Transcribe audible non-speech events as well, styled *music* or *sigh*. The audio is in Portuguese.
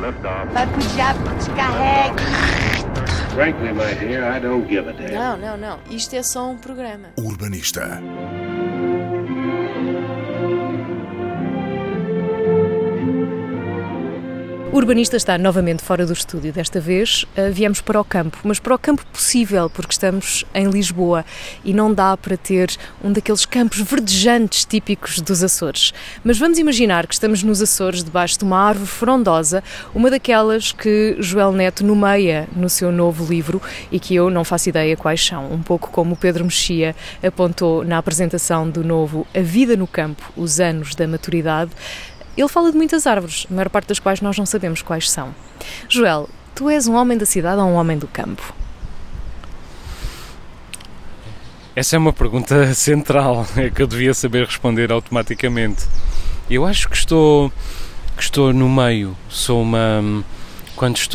Liftoff. Vai pro diabo, descarrega. Frankly, my dear, I don't give a damn. Não, não, não. Isto é só um programa. O urbanista. O urbanista está novamente fora do estúdio. Desta vez ah, viemos para o campo, mas para o campo possível, porque estamos em Lisboa e não dá para ter um daqueles campos verdejantes típicos dos Açores. Mas vamos imaginar que estamos nos Açores debaixo de uma árvore frondosa, uma daquelas que Joel Neto nomeia no seu novo livro e que eu não faço ideia quais são, um pouco como o Pedro Mexia apontou na apresentação do novo A Vida no Campo, os anos da maturidade. Ele fala de muitas árvores, a maior parte das quais nós não sabemos quais são. Joel, tu és um homem da cidade ou um homem do campo? Essa é uma pergunta *laughs* central, é que eu devia saber responder automaticamente. Eu acho que estou, que estou no meio, sou uma. hum, Quando estou